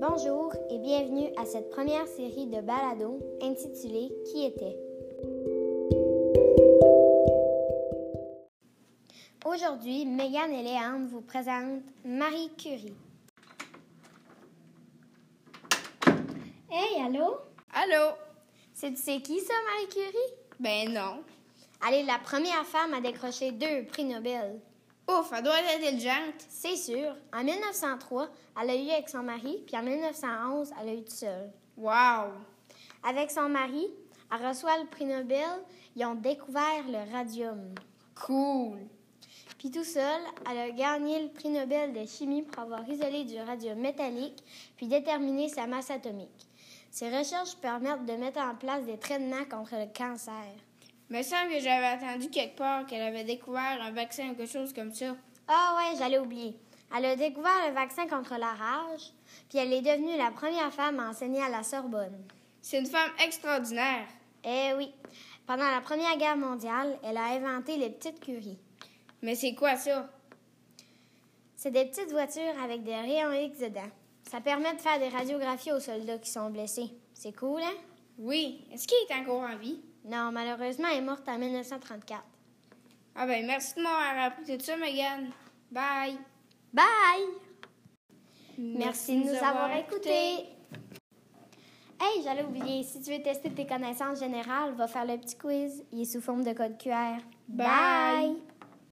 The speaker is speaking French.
Bonjour et bienvenue à cette première série de balados intitulée Qui était Aujourd'hui, Megan et Léandre vous présentent Marie Curie. Hey, allô Allô? C'est c'est qui ça, Marie Curie Ben non. Elle est la première femme à décrocher deux prix Nobel. Ouf, elle doit être intelligente. C'est sûr. En 1903, elle a eu avec son mari, puis en 1911, elle a eu toute seule. Wow! Avec son mari, elle reçoit le prix Nobel. Ils ont découvert le radium. Cool! Puis tout seul, elle a gagné le prix Nobel de chimie pour avoir isolé du radium métallique puis déterminé sa masse atomique. Ses recherches permettent de mettre en place des traitements contre le cancer. Me semble que j'avais attendu quelque part qu'elle avait découvert un vaccin ou quelque chose comme ça. Ah ouais, j'allais oublier. Elle a découvert le vaccin contre la rage, puis elle est devenue la première femme à enseigner à la Sorbonne. C'est une femme extraordinaire. Eh oui, pendant la Première Guerre mondiale, elle a inventé les petites curies. Mais c'est quoi ça? C'est des petites voitures avec des rayons X dedans. Ça permet de faire des radiographies aux soldats qui sont blessés. C'est cool, hein? Oui, est-ce qu'il est encore en vie? Non, malheureusement, elle est morte en 1934. Ah ben merci de m'avoir appris tout ça, Megan. Bye! Bye! Merci, de nous avoir, écoutés. écoutés. Hey, j'allais oublier, si tu veux tester tes connaissances générales, va faire le petit quiz. Il est sous forme de code QR. Bye.